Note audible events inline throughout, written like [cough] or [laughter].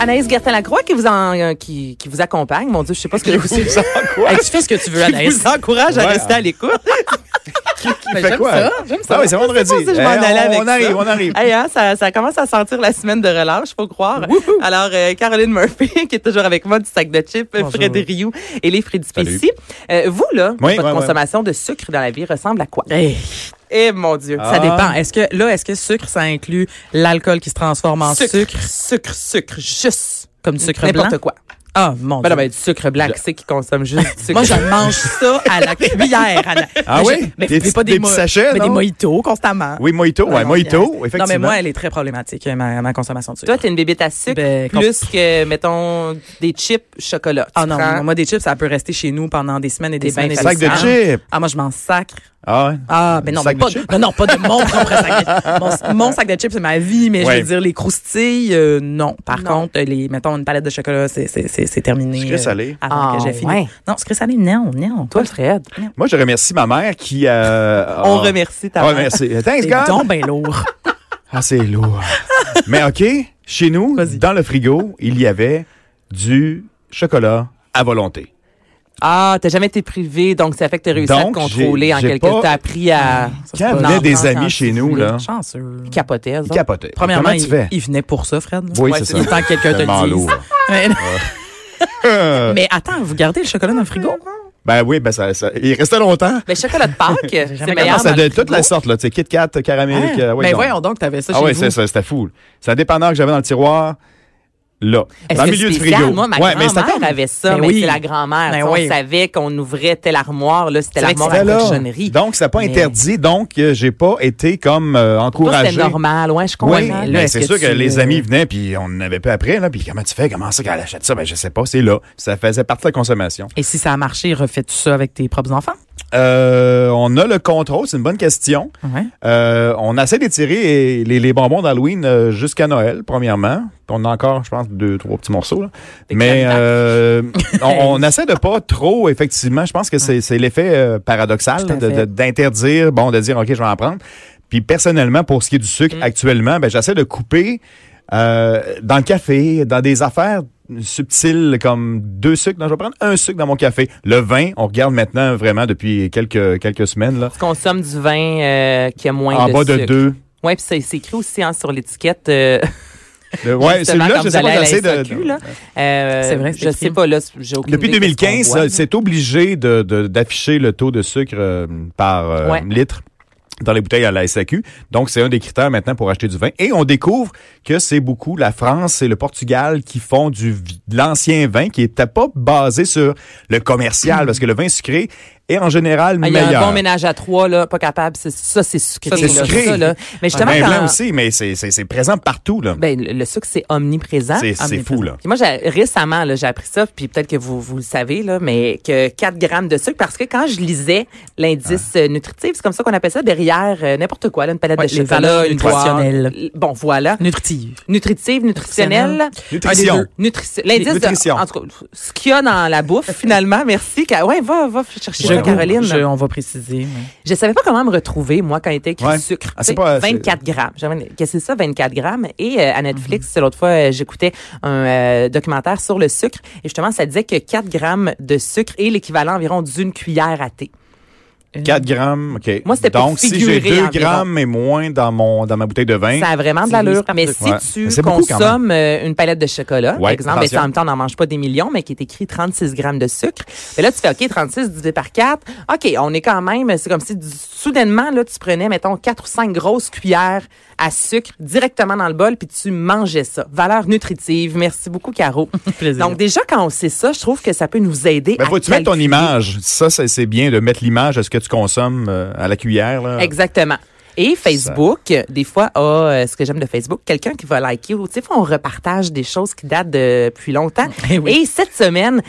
Anaïs Gertin-Lacroix qui vous en, euh, qui, qui vous accompagne. Mon Dieu, je sais pas ce que Qui vous [laughs] vous encourage. Hey, tu fais ce que tu [laughs] veux, Qui Anaïs. vous encourage à Ouais. rester à l'écoute. Ben, fait j'aime quoi? ça, j'aime ça. Ah oui, c'est vendredi. Je sais pas si je m'en Eh, allais on- avec on arrive, ça. on arrive. Hey, hein, ça, ça commence à sentir la semaine de relâche, faut croire. Alors, euh, Caroline Murphy, [laughs] qui est toujours avec moi du sac de chips, Fred Rioux et les Freddy Salut. Pessi. Euh, vous, là, Oui, votre ouais, ouais. consommation de sucre dans la vie ressemble à quoi? Hey, Eh mon Dieu. Ah. Ça dépend. Est-ce que là, est-ce que sucre, ça inclut l'alcool qui se transforme en sucre, Sucre, sucre, sucre, juste. comme du sucre blanc N'importe quoi. Ah mon Ben dieu. non, ben, du sucre blanc, qui c'est qui consomme juste du sucre? Moi, je mange ça à la cuillère. à la- Ah Mais oui? je- ben, Mais Des mais pas petits- des, des mo- petits sachets, mais non? des mojitos constamment. Oui, Mojito, ouais, Non, Mojito, Non, mais effectivement. moi, elle est très problématique, hein, ma, ma consommation de sucre. Toi, t'es une bébête à sucre Ben, plus que, mettons, des chips chocolat. Tu Ah non, prends- moi, des chips, ça peut rester chez nous pendant des semaines et des T'es semaines. bien et des Sac de semaines. chips. Ah, moi, je m'en sacre. Ah ouais. Ah, ben non, Sac mais de pas, chips? non, non, pas de mon [laughs] propre sac de chips. Mon, mon sac de chips, c'est ma vie, mais Ouais. je veux dire, les croustilles, euh, non. Par Non. contre, les, mettons, une palette de chocolat, c'est, c'est, c'est, c'est terminé. euh, Sucré salé. avant Ah, que j'ai fini. ouais. Non, sucré salé, non, non. Toi, Fred. Moi, je remercie ma mère qui. euh, On a- remercie ta Ah, mère. merci. Thanks, c'est God. donc ben lourd. [laughs] Ah, c'est lourd. Mais OK, chez nous, Vas-y. dans le frigo, il y avait du chocolat à volonté. Ah, t'as jamais été privé, donc ça fait que t'as réussi à te Donc, contrôler j'ai- en j'ai quelque pas- T'as appris à Quand pas- venaient non, des non, amis non, chez nous, là, Chanceux. capoter. ils capotaient. Premièrement, Comment tu il, fais? il venait pour ça, Fred. là. Oui, Ouais, c'est c'est ça. le temps que quelqu'un te le Tellement dise. lourd. [laughs] Euh, Mais- Mais attends, vous gardez le chocolat dans le frigo? Ben oui, ben ça, ça- il restait longtemps. Mais Ben, chocolat de [laughs] Pâques, c'est jamais Non, meilleur. ça dans le de toute frigo. la sorte, là, tu sais, Kit Kat, caramel. Hein? que- euh, ouais, ben donc. voyons donc, t'avais ça Ah chez oui, vous. c'est ça, c'était fou. C'est un dépanneur que j'avais dans le tiroir, là, Est-ce dans le que milieu c'est du spécial? frigo. Moi, ma ouais, mais c'était grand-mère comme- avait ça, Ben mais oui. c'est la grand-mère. Ben Tu sais, oui. On savait qu'on ouvrait telle armoire, là, c'était C'est l'armoire vrai à que Voilà. cochonnerie. Donc, c'est pas Mais- interdit. Donc, euh, j'ai pas été comme euh, Toi, encouragé. c'était normal, hein, ouais, je comprends. Oui, Mais mais là, est-ce c'est sûr que, tu- les amis venaient, puis on n'avait pas après, là, puis comment tu fais, comment ça qu'elle achète ça? Ben, je sais pas, c'est là. Ça faisait partie de la consommation. Et si ça a marché, refais-tu ça avec tes propres enfants? Euh, on a le contrôle, c'est une bonne question. Ouais. Euh, on essaie d'étirer les, les bonbons d'Halloween euh, jusqu'à Noël, premièrement. Puis On a encore, je pense, deux, trois petits morceaux. là. Des Mais claquettes. euh, on, on essaie de pas trop, effectivement. Je pense que c'est c'est l'effet euh, paradoxal Tout à de- de- fait. d'interdire, bon, de dire, OK, je vais en prendre. Puis personnellement, pour ce qui est du sucre, Mm. actuellement, ben, j'essaie de couper euh, dans le café, dans des affaires subtiles comme deux sucres. Non, je vais prendre un sucre dans mon café. Le vin, on regarde maintenant vraiment depuis quelques, quelques semaines, là, Tu consommes du vin euh, qui a moins en de bas sucre. de deux. Oui, puis c'est c'est écrit aussi hein, sur l'étiquette. euh, Le- ouais, justement, celui-là, quand je vous sais allez à pas, la j'essaie de- SAQ, là. Euh, C'est vrai, c'est Je écrit. sais pas, là, j'ai aucune Depuis idée de ce qu'on 2015, boit. euh, c'est obligé de- de- d'afficher le taux de sucre euh, par euh, Ouais. litre dans les bouteilles à la SAQ. Donc, c'est un des critères maintenant pour acheter du vin. Et on découvre que c'est beaucoup la France et le Portugal qui font du vi- de l'ancien vin qui n'était pas basé sur le commercial, parce que le vin sucré est en général Ah, Il y a meilleur. un bon ménage à trois, là, pas capable. c'est- Ça, c'est sucré. Ça, c'est là, sucré. ça, là. Mais Le justement, vin blanc quand- aussi, mais c'est- c'est c'est présent partout. là. ben, le le sucre, c'est omniprésent. C'est- c'est Omniprésent. fou, là. Puis moi, j'ai- récemment, là, j'ai appris ça, puis peut-être que vous, vous le savez, là, mais que 4 grammes de sucre, parce que quand je lisais l'indice Ah. euh, nutritif, c'est comme ça qu'on appelle ça, derrière euh, n'importe quoi, là, une palette Ouais, de les chocolat, valeurs une boire. nutritionnelles. Bon, voilà. Nutritive. Nutritive, nutritionnelle. Nutrition. Un des deux. Nutrition. L'indice de, Nutrition. en tout cas, ce qu'il y a dans la [laughs] bouffe, finalement. Merci. Ca- Ouais, va, va chercher ça, Je- Caroline. je- Je, on va préciser. mais- savais pas comment me retrouver, moi, quand il était écrit Ouais. sucre. Ah, Tu c'est sais, pas- c'est- 24 grammes. J'avais une- Qu'est-ce que c'est ça, 24 grammes? Et euh, à Netflix, Mm-hmm. l'autre fois, euh, j'écoutais un euh, documentaire sur le sucre. Et justement, ça disait que 4 grammes de sucre est l'équivalent environ d'une cuillère à thé. 4 grammes, OK. Moi, c'était pour Donc, si figurer j'ai 2 environ. grammes et moins dans, mon, dans ma bouteille de vin, Ça a vraiment de C'est l'allure. mis par Mais deux. si Hein? Ouais. Mais tu c'est beaucoup quand consommes euh, une palette de chocolat, par Ouais, exemple, ben, attention. ça, en même temps, on n'en mange pas des millions, mais qui est écrit 36 grammes de sucre. Mais là, tu fais, OK, 36 divisé par 4. OK, on est quand même, c'est comme si du- soudainement, là, tu prenais, mettons, 4 ou 5 grosses cuillères à sucre directement dans le bol, puis tu mangeais ça. Valeur nutritive. Merci beaucoup, [laughs] Caro. Plaisir. Donc, déjà, quand on sait ça, je trouve que ça peut nous aider Ben, à faut que tu mettes ton calculer. image. Ça, c'est c'est bien de mettre l'image de ce que tu consommes euh, à la cuillère. Là. Exactement. Et Facebook, des fois, a euh, ce que j'aime de Facebook, quelqu'un qui va liker ou tu sais, on repartage des choses qui datent depuis [laughs] longtemps. Eh oui. Et cette semaine,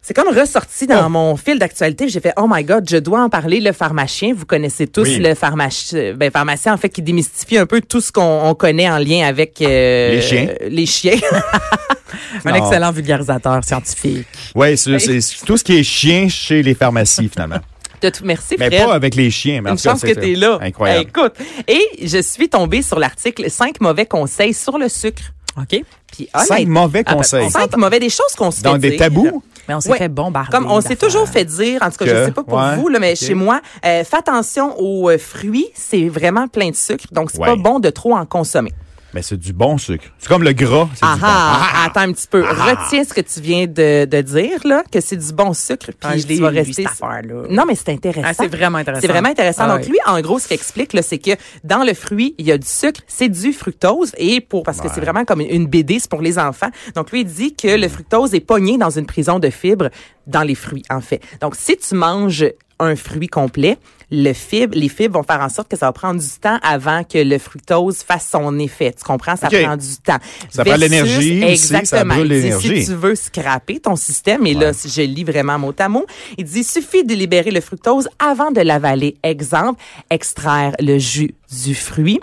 c'est comme ressorti Oh. dans mon fil d'actualité. J'ai fait Oh my God, je dois en parler. Le pharmacien, vous connaissez tous Oui. le pharmacien, ben, pharmacien en fait qui démystifie un peu tout ce qu'on on connaît en lien avec euh, Les chiens. euh, les chiens. [laughs] Un Non. excellent vulgarisateur scientifique. Oui, c'est c'est tout ce qui est chien chez les pharmacies, [laughs] finalement. De tout- merci Mais Fred. pas avec les chiens. Mais en Une tout cas, chance que c'est- t'es là. Ben, Incroyable. Écoute, et je suis tombée sur l'article 5 mauvais conseils sur le sucre. OK? Puis Cinq honnêtement, mauvais ah, conseils. Cinq mauvais des choses qu'on se Dans fait des dire. tabous. Mais on s'est Ouais. fait bombarder. Comme on s'est d'affaires. toujours fait dire, en tout cas, Que, je sais pas pour ouais, vous, là, mais ok. chez moi, euh, fais attention aux euh, fruits, c'est vraiment plein de sucre, donc c'est pas Ouais. bon de trop en consommer. Mais c'est du bon sucre. C'est comme le gras. c'est Ah du bon. ah, attends un petit peu. Retiens ce que tu viens de, de dire, là, que c'est du bon sucre, puis Ah, je l'ai tu vas lu, rester. cette affaire-là. Non, mais c'est intéressant. Ah, c'est vraiment intéressant. C'est vraiment intéressant. Ah Donc ouais. lui, en gros, ce qu'il explique, là, c'est que dans le fruit, il y a du sucre, c'est du fructose, et pour parce que c'est vraiment comme une- une BD, c'est pour les enfants. Donc lui, il dit que le fructose est pogné dans une prison de fibres dans les fruits, en fait. Donc si tu manges un fruit complet, le fibre, les fibres vont faire en sorte que ça va prendre du temps avant que le fructose fasse son effet. Tu comprends? Ça OK. prend du temps. Ça prend Versus- de l'énergie aussi, ça Exactement. brûle Il dit, l'énergie. Si tu veux scraper ton système, et là, si je lis vraiment mot à mot, il dit, suffit de libérer le fructose avant de l'avaler. Exemple, extraire le jus du fruit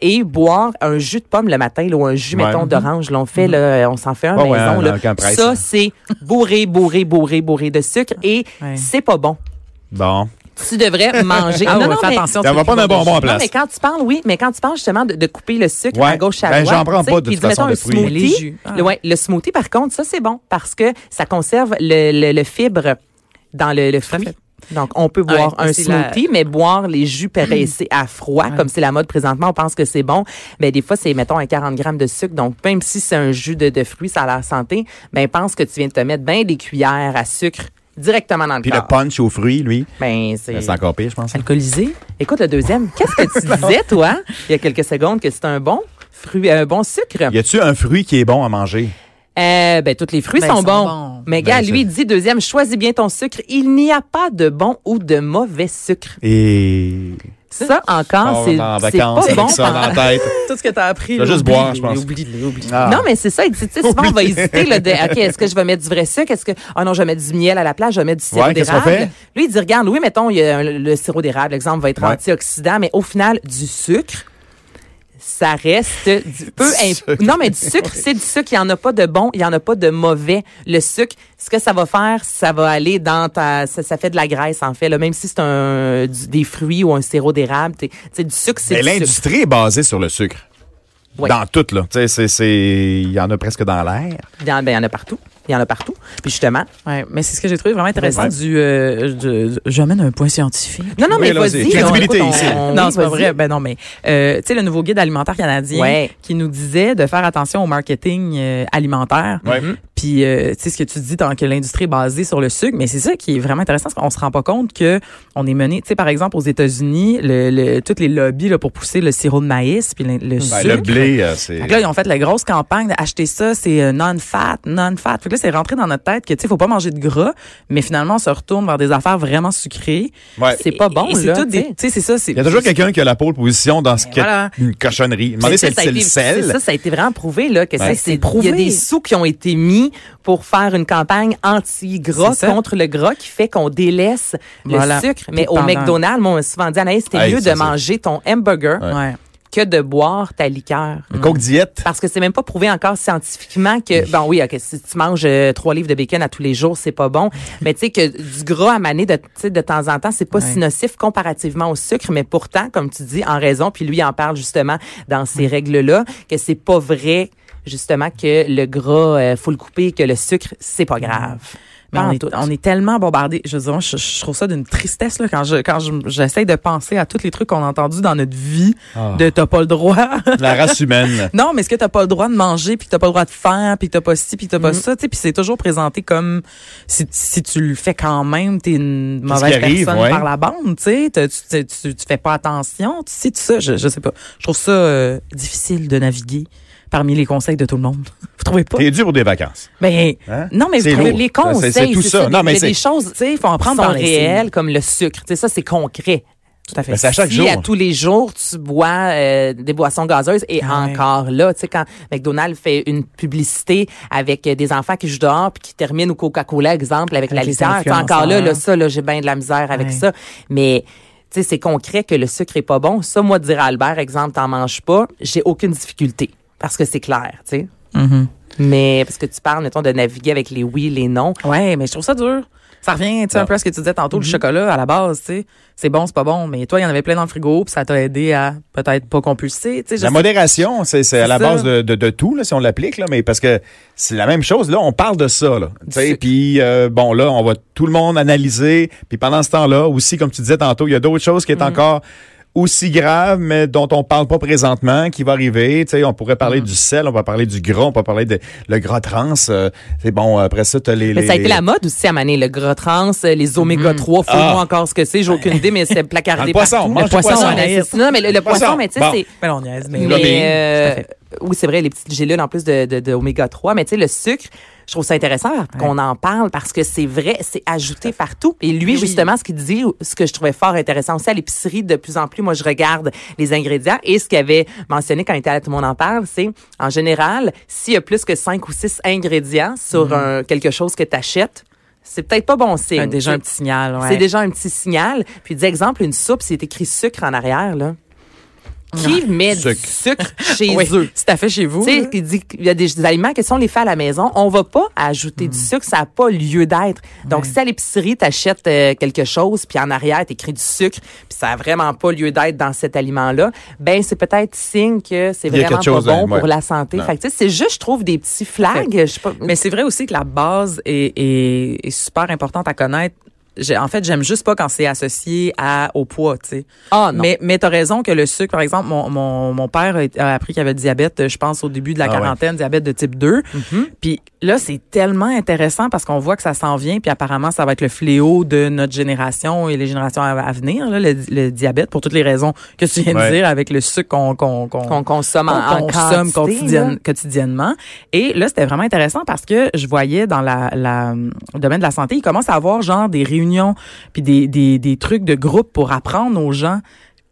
et boire un jus de pomme le matin là, ou un jus, Ouais. Mhm. mettons, d'orange. Là, on fait, là, on s'en fait un Ouais, ouais, maison. un- là. un camp presse, Ça, hein. c'est bourré, bourré, bourré, bourré de sucre et Ouais. c'est pas bon. Bon. Tu [laughs] devrais manger. Ah, non, ouais, non, fais mais- attention. Ça tu va fais prendre un plus de bonbon non, jus. à place. mais quand tu parles, oui, mais quand tu parles justement de, de couper le sucre Ouais. à gauche à Ben, droite. j'en prends tu sais, pas, de puis toute façon, mettons, de un fruits. Mais les smoothie, jus, ah. le- ouais, le smoothie, par contre, ça, c'est bon parce que ça conserve le, le- le fibre dans le, le fruit. fait. Donc, on peut boire Ouais, un c'est la- smoothie, mais boire les jus pressés à froid, comme c'est la mode présentement, on pense que c'est bon. Mais des fois, c'est, mettons, un 40 grammes de sucre. Donc, même si c'est un jus de, de fruits, ça a l'air santé, ben, pense que tu viens de te mettre bien des cuillères à sucre directement dans le Puis le corps. punch aux fruits, lui, Ben, c'est... c'est encore pire, je pense. Alcoolisé? Écoute, le deuxième, qu'est-ce que [laughs] tu disais, toi, il y a quelques secondes, que c'est un bon fruit, un bon sucre? Y a-tu un fruit qui est bon à manger? Euh, ben, tous les fruits Ben, sont, ils sont bons. bons. Mais gars, Ben, lui, c'est- il dit, deuxième, choisis bien ton sucre. Il n'y a pas de bon ou de mauvais sucre. Et. Ça, encore, On Ah, c'est est en c'est pas vacances bon. hein. avec ça par- dans la tête. [laughs] Tout ce que t'as appris. Je vais juste l'oublie, boire, je pense. Oublie, oublie, oublie. Ah. Non, mais c'est ça. Il dit, tu sais, souvent, on va hésiter, là, [laughs] de, OK, est-ce que je vais mettre du vrai sucre? Est-ce que, ah non, je vais mettre du miel à la place, je vais mettre du sirop Ouais, qu'est-ce qu'on d'érable. fait? Lui, il dit, regarde, oui, mettons, il y a un- le sirop d'érable, l'exemple, va être Ouais. antioxydant, mais au final, du sucre, ça reste du peu imp- sucre. non mais du sucre c'est du sucre il y en a pas de bon il y en a pas de mauvais le sucre ce que ça va faire ça va aller dans ta ça, ça fait de la graisse en fait là. même si c'est un du- des fruits ou un sirop d'érable t'es- tu sais du sucre c'est Mais du sucre l'industrie est basée sur le sucre. Ouais. Dans tout, là. Tu sais, c'est- c'est. Il y en a presque dans l'air. il y en ben, il y en a partout il y en a partout puis justement Ouais, mais c'est ce que j'ai trouvé vraiment intéressant Ouais. du, euh, du- du- J'amène un point scientifique. Non, non, Oui, mais allons-y. vas-y. Crédibilité on- ici. on- non, oui, c'est pas vas-y. vrai. Ben non, mais euh, tu sais le nouveau guide alimentaire canadien Ouais. qui nous disait de faire attention au marketing euh, alimentaire. Ouais. Mm-hmm. Puis euh, tu sais ce que tu dis tant que l'industrie est basée sur le sucre, mais c'est ça qui est vraiment intéressant, parce qu'on se rend pas compte que on est mené. Tu sais par exemple aux États-Unis, le, le- toutes les lobbies là, pour pousser le sirop de maïs puis le, le Ben, sucre. le blé, euh, c'est. Fait que là, ils ont fait la grosse campagne d'acheter ça, c'est euh, non-fat, non-fat. Fait que là, c'est rentré dans notre tête que, tu sais, faut pas manger de gras, mais finalement, on se retourne vers des affaires vraiment sucrées. Ouais. C'est pas bon, Et c'est là, tout des- tu sais. Tu sais, c'est ça, c'est... Il y a toujours quelqu'un qui a la pole position dans ce qu'est voilà. une cochonnerie. Demandez Mais si Ben, ça, ça a c'est le été- c'est sel. ça, ça a été vraiment prouvé là que ça, Ouais. c'est prouvé. Il y a des sous qui ont été mis pour faire une campagne anti-gras C'est ça. contre le gras qui fait qu'on délaisse Voilà. le sucre. Puis Mais au pendant- McDonald's, moi, on m'a souvent dit Anaïs, c'était Hey, mieux ça, de c'est- manger ton hamburger Ouais. que de boire ta liqueur. Le Coke diète. Parce que c'est même pas prouvé encore scientifiquement que bon oui ok si tu manges euh, trois livres de bacon à tous les jours c'est pas bon [laughs] mais tu sais que du gras à maner de tu sais, de temps en temps c'est pas Ouais. si nocif comparativement au sucre mais pourtant comme tu dis en raison puis lui il en parle justement dans ces règles là que c'est pas vrai justement que le gras euh, faut le couper que le sucre c'est pas grave Mais Pas on en est, tout. on est tellement bombardés. Je, veux dire, moi, je, je trouve ça d'une tristesse là, quand je quand je- j'essaie de penser à tous les trucs qu'on a entendus dans notre vie Mm. Ah. de t'as pas le droit. [laughs] La race [laughs] humaine. non, mais est-ce que t'as pas le droit de manger, puis que t'as pas le droit de faire, puis que t'as pas ci, puis que t'as Mm. pas ça, tu sais, puis c'est toujours présenté comme si, si tu le fais quand même, t'es une mauvaise qui arrive, personne ouais. par la bande, tu sais, t'as- tu, tu, tu- tu fais pas attention, tu sais, tout ça, je, je sais pas. Je trouve ça euh, difficile de naviguer parmi les conseils de tout le monde. [laughs] Vous trouvez pas? T'es dû pour des vacances. Ben, Hein? non, mais C'est vous trouvez lourd. les les Ça, conseils c'est- c'est tout ça. des- Non, mais il y a c'est- des choses tu sais, faut en prendre sont par les réelles comme le sucre tu sais ça c'est concret tout à fait. Ben, c'est à chaque si jour. à tous les jours tu bois euh, des boissons gazeuses et Ah ouais. encore là, tu sais quand McDonald's fait une publicité avec euh, des enfants qui jouent dehors puis qui terminent au Coca-Cola exemple avec, la Avec les litière, tu sais, encore là, là ça là j'ai bien de la misère avec Ouais. ça, mais tu sais c'est concret que le sucre est pas bon. Ça moi dire à Albert exemple t'en manges pas, j'ai aucune difficulté parce que c'est clair, tu sais. Mhm. Mais parce que tu parles mettons de naviguer avec les oui, les non. Ouais, mais je trouve ça dur. Ça revient, tu sais, un peu à ce que tu disais tantôt, le chocolat à la base, tu sais, c'est bon, c'est pas bon, mais toi, il y en avait plein dans le frigo, puis ça t'a aidé à peut-être pas compulser, tu sais. je La sais- modération, c'est c'est C'est à la ça. base de, de- de tout, là, si on l'applique, là, mais parce que c'est la même chose. Là, on parle de ça. Là, Tu sais, C'est- puis euh, bon, là, on va tout le monde analyser. Puis pendant ce temps-là, aussi, comme tu disais tantôt, il y a d'autres choses Mm. qui est encore aussi graves, mais dont on parle pas présentement, qui va arriver. Tu sais, on pourrait Mm. parler du sel, on va parler du gras, on va parler de le gras trans. euh, c'est bon, après ça, t'as les, Mais les- ça a été les- la mode aussi à Mané, le gras trans, euh, les oméga 3, faut Ah. moi encore ce que c'est, j'ai aucune idée, mais c'est Dans placardé le poisson, partout. mange du le poisson, poisson, on Anaïs. insiste. Non, mais le, le poisson, Poisson. mais tu sais, Bon. c'est... Mais là, Ben, on niaise, mais, Mais, Lobbying. euh, Tout à fait. oui, c'est vrai, les petites gélules en plus de, de, de oméga 3, mais tu sais, le sucre, je trouve ça intéressant qu'on en parle parce que c'est vrai, c'est ajouté partout. Et lui, Oui. justement, ce qu'il dit, ce que je trouvais fort intéressant aussi à l'épicerie, de plus en plus, moi, je regarde les ingrédients et ce qu'il avait mentionné quand il était là, tout le monde en parle, c'est, en général, s'il y a plus que cinq ou six ingrédients sur Mm. un- quelque chose que tu achètes, c'est peut-être pas bon signe. Un- Ben, déjà un petit signal, ouais. C'est déjà un petit signal. Puis d'exemple, une soupe, c'est écrit sucre en arrière, là. Qui met Sucre. du [laughs] sucre chez Oui, eux? Si t'as fait chez vous, Tu sais, là. il dit qu'il y a des, des aliments qui sont les faits à la maison. On va pas ajouter du sucre, ça n'a pas lieu d'être. Donc, si à l'épicerie, t'achètes euh, quelque chose, puis en arrière, t'écris du sucre, puis ça a vraiment pas lieu d'être dans cet aliment-là, ben c'est peut-être signe que c'est Il y a vraiment pas quelque chose, bon hein, ouais. pour la santé. Non. Fait que, tu sais, c'est juste, je trouve, des petits flags. Je sais pas, Mais c'est vrai aussi que la base est, est- est super importante à connaître. J'ai- En fait, j'aime juste pas quand c'est associé à, au poids, tu sais. Ah, non. Mais, mais t'as raison que le sucre, par exemple, mon, mon, mon père a été- a appris qu'il avait le diabète, euh, je pense, au début de la Ah ouais. quarantaine, diabète de type 2. Puis là, c'est tellement intéressant parce qu'on voit que ça s'en vient, puis apparemment, ça va être le fléau de notre génération et les générations à, à venir, là, le, le diabète, pour toutes les raisons que tu viens Ouais. de dire avec le sucre qu'on... qu'on- qu'on- qu'on consomme en, en qu'on consomme quantité, quotidienne- là. quotidiennement. Et là, c'était vraiment intéressant parce que je voyais dans la, la, le domaine de la santé, ils commencent à avoir genre des réunions puis des, des, des trucs de groupe pour apprendre aux gens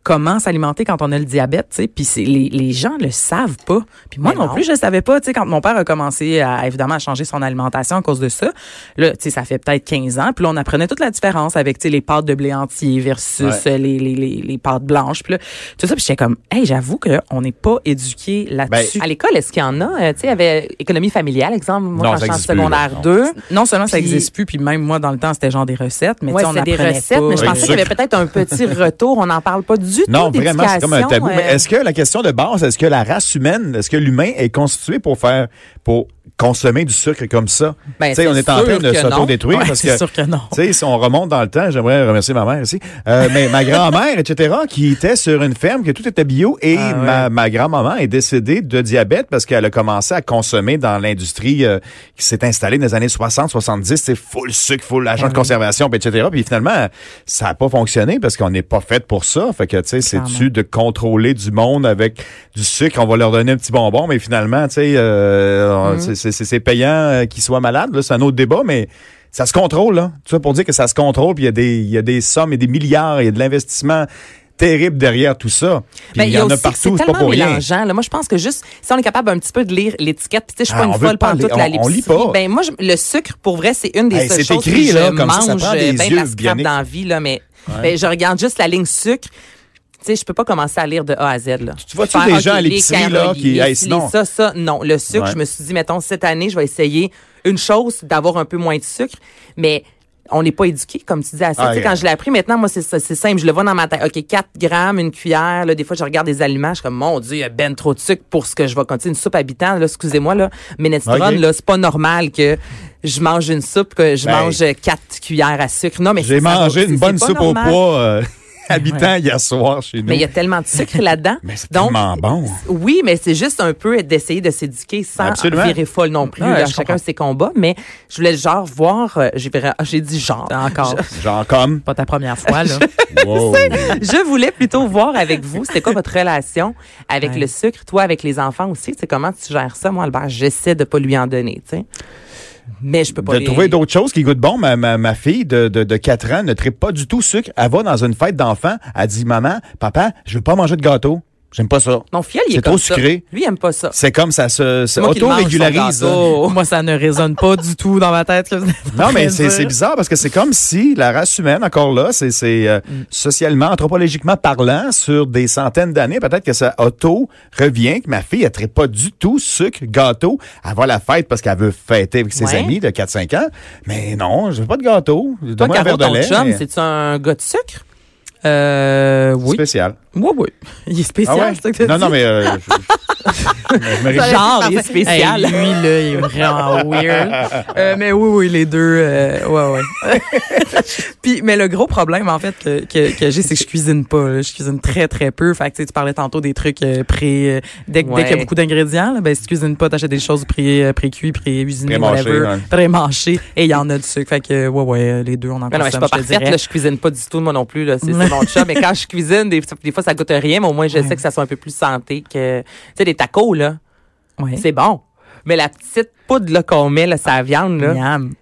comment s'alimenter quand on a le diabète, tu sais, puis c'est les, les gens le savent pas. Puis moi Mais non, non. plus, je le savais pas, tu sais, quand mon père a commencé à évidemment à changer son alimentation à cause de ça. Là, tu sais, ça fait peut-être 15 ans, puis là on apprenait toute la différence avec tu sais les pâtes de blé entier versus Ouais. euh, les, les, les, les pâtes blanches, puis là tout ça, puis j'étais comme hey, j'avoue que on n'est pas éduqué là-dessus. Ben, À l'école, est-ce qu'il y en a? Euh, tu sais, il y avait économie familiale, exemple. Moi, Non, quand ça je suis en existe plus, secondaire là, non. 2, non seulement ça Puis- existe plus, puis même moi dans le temps c'était genre des recettes, mais ouais, tu sais, on c'est des apprenait recettes, pas. mais je Oui. pensais qu'il y avait peut-être un [laughs] petit retour. On n'en parle pas du tout. Non, vraiment, c'est comme un d'éducation, tabou. Mais euh. est-ce que la question de base, est-ce que la race humaine, est-ce que l'humain est constitué pour faire, pour consommer du sucre comme ça? Ben, tu sais, c'est on est en sûr train de que non. s'autodétruire Ouais, parce c'est que, sûr que non. tu sais, si on remonte dans le temps, j'aimerais remercier ma mère ici, euh, mais ma grand-mère, etc., qui était sur une ferme, que tout était bio, et Ah, ouais. ma, ma grand-maman est décédée de diabète parce qu'elle a commencé à consommer dans l'industrie euh, qui s'est installée dans les années 60, 70, c'est full sucre, full agent de conservation, puis etc. Puis finalement, ça n'a pas fonctionné parce qu'on n'est pas fait pour ça. Fait que, tu sais, c'est-tu de contrôler du monde avec du sucre, on va leur donner un petit bonbon, mais finalement, tu sais, euh, on- c'est- c'est c'est- c'est payant euh, qu'ils soient malades, là, c'est un autre débat, mais ça se contrôle, là. Tout ça pour dire que ça se contrôle, puis il y, a des- il y a des sommes et des milliards, il y a de l'investissement terrible derrière tout ça. Puis Ben, il y, en aussi a que partout, c'est c'est pas tellement pour rien. mélangeant. Là. Moi, je pense que juste, si on est capable un petit peu de lire l'étiquette, puis tu sais, je suis Ah, pas une on veut folle pas pantoute lire, là, à on- on lit l'épicerie. pas. Ben, moi, je- le sucre, pour vrai, c'est une des Hey, seules c'est choses écrit, que là, je comme ça, mange ça prend des euh, ben de la yeux scrap bioniques. dans la vie, là, mais ben, je regarde juste la ligne sucre. Tu sais, je peux pas commencer à lire de A à Z. Là. Tu vois-tu Faire, des OK, gens à les l'épicerie, là, carottes, qui- les hey, filets, sinon- Ça, ça, non. Le sucre, Ouais. je me suis dit, mettons, cette année, je vais essayer une chose, d'avoir un peu moins de sucre, mais on n'est pas éduqué, comme tu dis, à ça. Ah, Tu sais, yeah. quand je l'ai appris, maintenant, moi, c'est ça, c'est simple. Je le vois dans ma tête. OK, 4 grammes, une cuillère. Là, des fois, je regarde des aliments. Je suis comme, mon Dieu, il y a ben trop de sucre pour ce que je vais continuer. Une soupe habitant, là, excusez-moi, là, minestrone, OK. là, c'est pas normal que je mange une soupe, que je Ben. mange 4 cuillères à sucre. Non, mais J'ai ça va- mangé c'est- une bonne c'est pas soupe normal. au poids [laughs] euh, habitant hier soir chez nous. Mais il y a tellement de sucre là-dedans. [laughs] Mais c'est Donc, [laughs] tellement bon. oui, mais c'est juste un peu d'essayer de s'éduquer sans Absolument. virer folle non plus. Ouais, là. je chacun comprends. ses combats, mais je voulais genre voir. euh, J'ai ah, j'ai dit genre. [laughs] Encore, Genre comme. pas ta première fois [laughs] là. Wow. Je voulais plutôt voir avec vous, c'était quoi votre relation avec Ouais. le sucre, toi avec les enfants aussi, tu sais, comment tu gères ça, moi Albert, j'essaie de pas lui en donner, tu sais. mais je peux pas de les- trouver d'autres choses qui goûtent bon. Ma, ma, ma fille de, de, de 4 ans ne tripe pas du tout sucre. Elle va dans une fête d'enfants. Elle dit, maman, papa, je veux pas manger de gâteau. J'aime pas ça. Mon fiel, il est C'est trop comme ça. sucré. Lui, il aime pas ça. C'est comme ça se, se C'est moi qui le mange, auto-régularise. hein. son gâteau. Oh, moi, ça ne résonne pas du tout dans ma tête. là. Non, [laughs] mais Rien c'est de c'est dire. bizarre parce que c'est comme si la race humaine, encore là, c'est c'est, euh, Mm. socialement, anthropologiquement parlant, sur des centaines d'années, peut-être que ça auto-revient, que ma fille, elle ne pas du tout sucre, gâteau. Elle va à la fête parce qu'elle veut fêter avec ses Ouais. amis de 4-5 ans. Mais non, je veux pas de gâteau. Toi, Donne-moi un Caro, verre ton de lait. chum, mais c'est-tu un gars de sucre? Euh, oui. Spécial. Moi, oui. [laughs] Il est Ah spécial, ouais? c'est ça que t'as Non, dit? non, [laughs] mais euh, je, je- je me réjouis. Genre, il est Parfait. spécial. Hey, lui, là, il est vraiment [laughs] weird. Euh, mais oui, oui, les deux, euh, ouais, ouais. [laughs] Puis, mais le gros problème, en fait, que, que, que j'ai, c'est que je cuisine pas. là. Je cuisine très, très peu. Fait que, tu sais, tu parlais tantôt des trucs euh, pré... euh, dès que- dès qu'il Ouais. y a beaucoup d'ingrédients, là, ben, si tu cuisines pas, t'achètes des choses pré, euh, pré-cuit, pré-usinées, Pré-mâchées, whatever. ouais. Pré-mâchées. Et il y en a du sucre. Fait que, ouais, ouais, les deux, on en Mais non, mais je suis consomme, pas je te parfaite, dirais. là, je cuisine pas du tout, moi non plus, là, c'est c'est mon chat. Mais quand je cuisine, des, des fois, ça goûte rien, mais au moins, je sais que ça soit un peu plus santé que, tu sais, des tacos, là, Ouais. c'est bon. Mais la petite poudre, là, qu'on met, là, sa viande, là. Miam.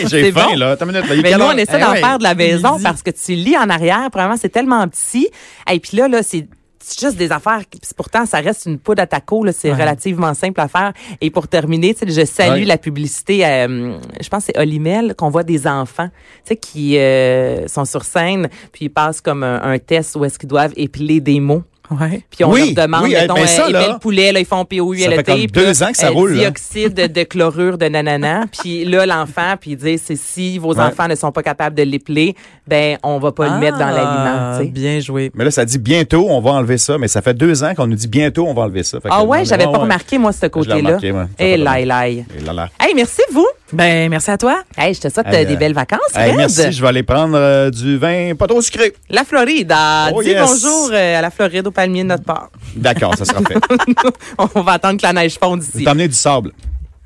J'ai c'est faim, bon. là. Attends une minute, là, il est Mais quelle nous, on heure? essaie Eh d'en ouais. faire de la maison Midi. parce que tu lis en arrière, probablement, c'est tellement petit. Et puis là, là, c'est c'est juste des affaires. qui- puis pourtant, ça reste une poudre à taco. là, C'est Ouais. relativement simple à faire. Et pour terminer, tu sais, je salue Ouais. la publicité. euh, je pense que c'est Olimel qu'on voit des enfants tu sais, qui euh, sont sur scène, puis ils passent comme un, un test où est-ce qu'ils doivent épeler des mots. Ouais. Puis on Oui, leur demande, oui, hey, mettons, ben euh, ça, épais là, le poulet, là, ils font POULT. ça fait comme puis là, deux ans que ça euh, roule, hein. là. Dioxyde de chlorure de [laughs] nanana. puis là, l'enfant, puis ils disent, c'est si vos Ouais. enfants ne sont pas capables de l'épeler, ben, on va pas le mettre dans Ah, l'aliment, tu sais. Bien joué. Mais là, ça dit bientôt, on va enlever ça. Mais ça fait deux ans qu'on nous dit bientôt, on va enlever ça. Fait que, Ah ouais, non, j'avais ouais, pas ouais. remarqué, moi, ce côté-là. remarqué, ouais. Ça Eh, fait pas laï, laï. Et là, là. Hey, merci, vous. Ben, merci à toi. Hey, je te souhaite Hey, euh, des euh, belles vacances, Hey, Fred. merci, je vais aller prendre euh, du vin pas trop sucré. La Floride. ah, Oh, dis yes. bonjour euh, à la Floride, au palmier de notre part. [laughs] D'accord, ça sera fait. [laughs] on va attendre que la neige fonde Je vais ici. t'emmener du sable.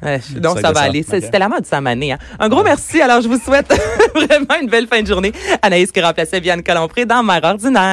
Ouais, donc, sac ça va de sable. aller. C'est- Ok. C'était la mode Samané. Hein. Un gros [laughs] merci. Alors, je vous souhaite vraiment une belle fin de journée. Anaïs qui remplaçait Vianne Colompré dans Mère ordinaire.